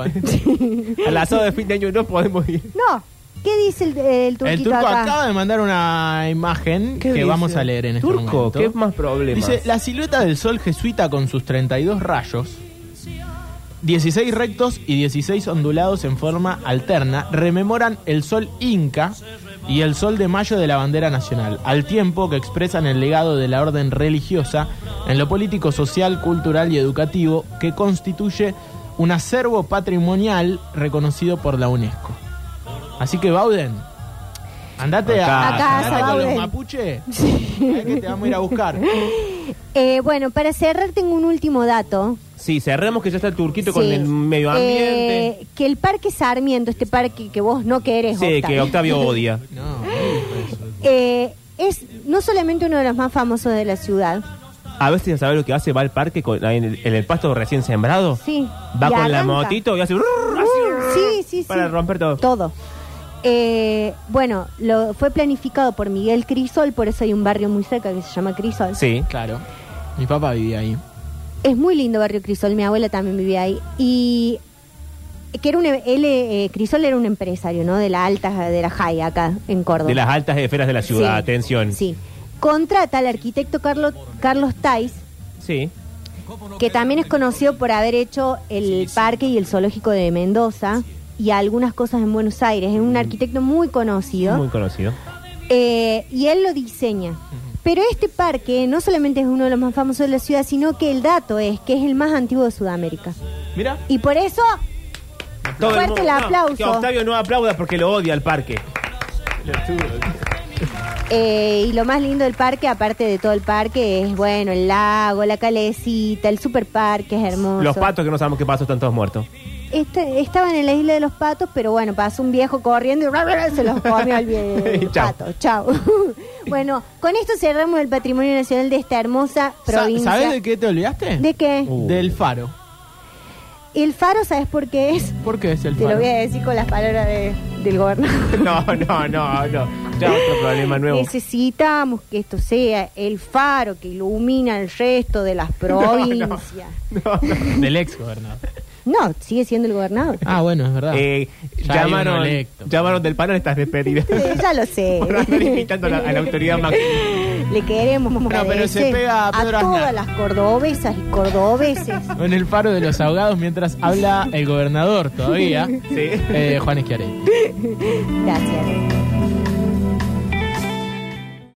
odian. Al asado de fin de año no podemos ir.
No. ¿Qué dice el, el turquito
El turco
acá?
acaba de mandar una imagen que
dice?
vamos a leer en este
Turco,
momento.
¿qué más problemas?
Dice, la silueta del sol jesuita con sus 32 rayos, 16 rectos y 16 ondulados en forma alterna, rememoran el sol inca y el sol de mayo de la bandera nacional, al tiempo que expresan el legado de la orden religiosa en lo político, social, cultural y educativo que constituye un acervo patrimonial reconocido por la UNESCO. Así que Bauden, andate a,
Acá.
Acá,
andate con los
Bauden.
mapuches, que te vamos a ir a buscar.
Eh, bueno, para cerrar tengo un último dato.
Sí, cerremos que ya está el turquito con
Sí.
el medio ambiente.
Eh, que el Parque Sarmiento, este parque que vos no querés,
sí, que
Octavio,
Octavio odia.
No,
eh, es no solamente uno de los más famosos de la ciudad.
A veces ya sabes lo que hace, va al parque con- ahí en, el, en el pasto recién sembrado.
Sí.
Va
y
con la
arranca.
motito y hace...
Uh, sí, sí, sí.
Para romper todo.
Todo. Eh, bueno, lo, fue planificado por Miguel Crisol, por eso hay un barrio muy cerca que se llama Crisol.
Sí.
claro. Mi papá vivía ahí.
Es muy lindo barrio Crisol, mi abuela también vivía ahí. Y que era un, él, eh, Crisol era un empresario, ¿no? De la alta, de la high acá en Córdoba.
De las altas esferas de la ciudad,
Sí,
atención.
Sí. Contrata al arquitecto Carlos, Carlos Tais,
Sí.
que también es conocido por haber hecho el parque y el zoológico de Mendoza y algunas cosas en Buenos Aires. Es un arquitecto muy conocido.
Mm. Muy conocido.
Eh, y él lo diseña. Pero este parque no solamente es uno de los más famosos de la ciudad, sino que el dato es que es el más antiguo de Sudamérica.
Mira,
Y por eso,
Todo el mundo-
Fuerte el
no,
aplauso.
que Octavio no aplauda porque lo odia al parque.
eh, y lo más lindo del parque, aparte de todo el parque, es bueno, el lago, la calecita, el superparque, es hermoso.
Los patos que no sabemos qué pasó están todos muertos.
Este- estaban en la isla de los patos, pero bueno, pasó un viejo corriendo y ra, ra, ra, se los comió al vie-
Chao.
pato. Chao. bueno, con esto cerramos el patrimonio nacional de esta hermosa
Sa-
provincia.
¿sabés de qué te olvidaste?
¿De qué?
Uh. Del faro.
El faro, ¿sabes por qué es?
¿Por qué es el
Te
faro?
lo voy a decir con las palabras de- del gobernador.
No, no, no, no. Ya otro problema nuevo.
Necesitamos que esto sea el faro que ilumina el resto de las provincias. No,
Del ex gobernador.
sigue siendo el gobernador.
Ah, bueno, es verdad.
Eh,
Ya hay
llamaron,
uno electo.
llamaron del panel, estás despedida.
Sí, ya lo sé.
Por andar imitando a la, a la autoridad máxima.
Le queremos
pero
agradecer
se pega a Pedro
todas
Aznar.
las cordobesas y cordobeses.
En el paro de los ahogados mientras habla el gobernador todavía,
Sí.
eh, Juan Esquiaretti.
Gracias.